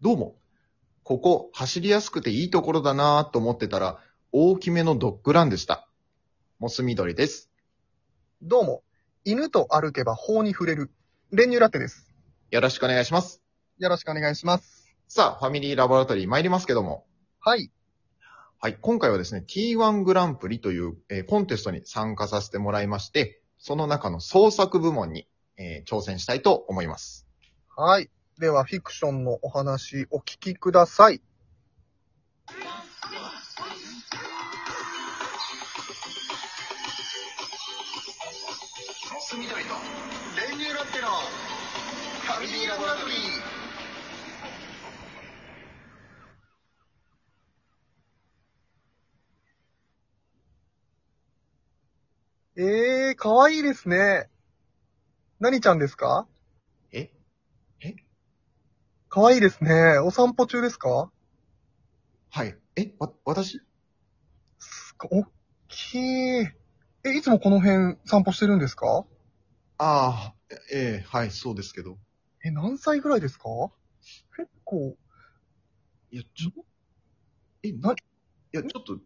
どうも、ここ走りやすくていいところだなぁと思ってたら、大きめのドッグランでした。モス緑です。どうも、犬と歩けば法に触れる、練乳ラテです。よろしくお願いします。よろしくお願いします。さあ、ファミリーラボラトリー参りますけども。はい。はい、今回はですね、T1 グランプリという、えーコンテストに参加させてもらいまして、その中の創作部門に、えー挑戦したいと思います。はい。では、フィクションのお話、お聞きください。モス緑と練乳ラッテのファミリーラボラトリーえー、かわいいですね。何ちゃんですかえかわいいですね。お散歩中ですかはい。えわ、私すごいおっきい。え、いつもこの辺散歩してるんですかああ、ええはい、そうですけど。え、何歳ぐらいですか結構、いや、ちょ、え、な、いや、ちょっと、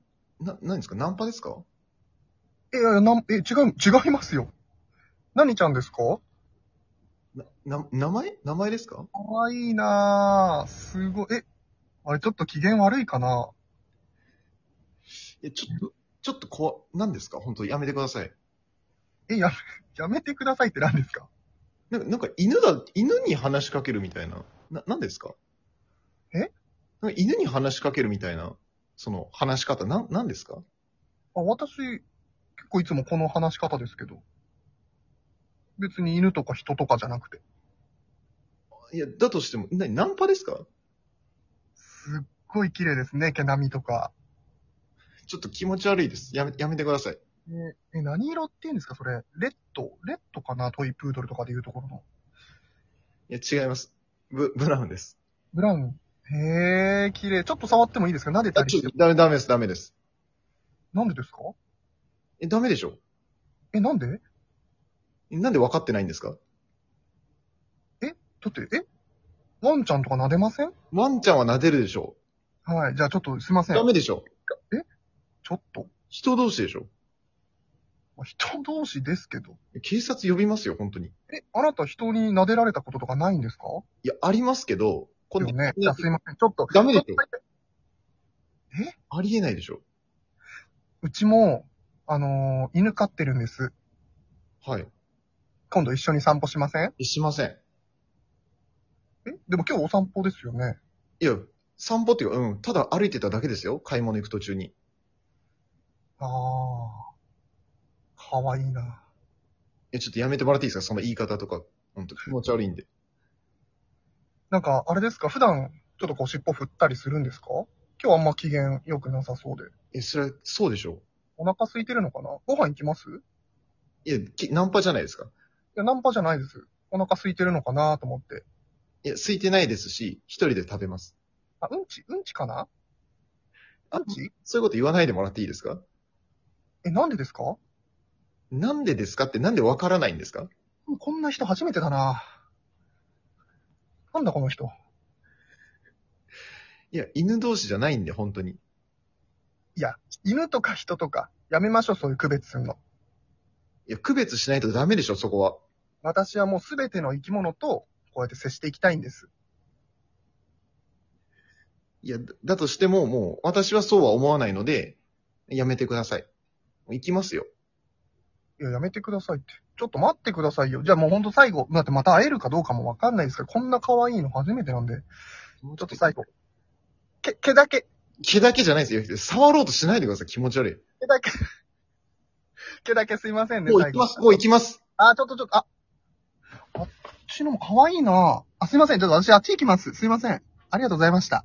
な、何ですかナンパですかえ、いやなん、え、違う、違いますよ。何ちゃんですかな、な、名前名前ですかかわいいなぁ。すごい。え、あれちょっと機嫌悪いかないや、ちょっと、ちょっと怖、何ですか本当やめてください。え、やめ、や めてくださいって何ですかなんか、なんか犬だ、犬に話しかけるみたいな。な、何ですかえなんか犬に話しかけるみたいな、その、話し方、なん、何ですかあ、私、結構いつもこの話し方ですけど。別に犬とか人とかじゃなくて。いや、だとしても、な、ナンパですかすっごい綺麗ですね、毛並みとか。ちょっと気持ち悪いです。やめ、やめてください。え、え何色って言うんですかそれ。レッドレッドかなトイプードルとかでいうところの。いや、違います。ブ、ブラウンです。ブラウン。へえ、綺麗。ちょっと触ってもいいですか撫でたあ、りちしょて。ダメ、ダメです、ダメです。なんでですかえ、ダメでしょえ、なんでえなんで分かってないんですかだって、えワンちゃんとか撫でませんワンちゃんは撫でるでしょはい。じゃあちょっとすいません。ダメでしょちょっと。人同士でしょまあ人同士ですけど。警察呼びますよ、本当に。え、あなた人に撫でられたこととかないんですかいや、ありますけど、こよれ、ね。じゃあすいません。ちょっと。ダメでしょちょっとありえないでしょうちも、あのー犬飼ってるんです。はい。今度一緒に散歩しませんえしません。えでも今日お散歩ですよね。いや、散歩っていうか、うん、ただ歩いてただけですよ。買い物行く途中に。あー。かわいいな。え、ちょっとやめてもらっていいですかその言い方とか。本当気持ち悪いんで。なんか、あれですか普段、ちょっとこう尻尾振ったりするんですか今日あんま機嫌良くなさそうで。え、それ、そうでしょお腹空いてるのかなご飯行きますいいや、きナンパじゃないですか。や、ナンパじゃないです。お腹空いてるのかなと思って。いや、空いてないですし、一人で食べます。あ、うんち、うんちかなあうんちそういうこと言わないでもらっていいですかえ、なんでですかなんでですかってなんでわからないんですかこんな人初めてだな。なんだこの人。いや、犬同士じゃないんで、本当に。犬とか人とか、やめましょう、そういう区別するの。いや、区別しないとダメでしょ、そこは。私はもうすべての生き物と、こうやって接していきたいんです。いや、だだとしても、もう、私はそうは思わないので、やめてください。行きますよ。いや、やめてくださいって。ちょっと待ってくださいよ。じゃあもうほんと最後、だってまた会えるかどうかもわかんないですから、こんな可愛いの初めてなんで、もうちょっと最後。毛、毛だけ、毛だけじゃないですよ。触ろうとしないでください。気持ち悪毛だけ。 毛だけすいませんい。ね、もう行最き後ま。す。もう行きます。あ、ちょっとちょっと、あ、あっちのも可愛いなあ、すいません。ちょっと私あっち行きます。すいません。ありがとうございました。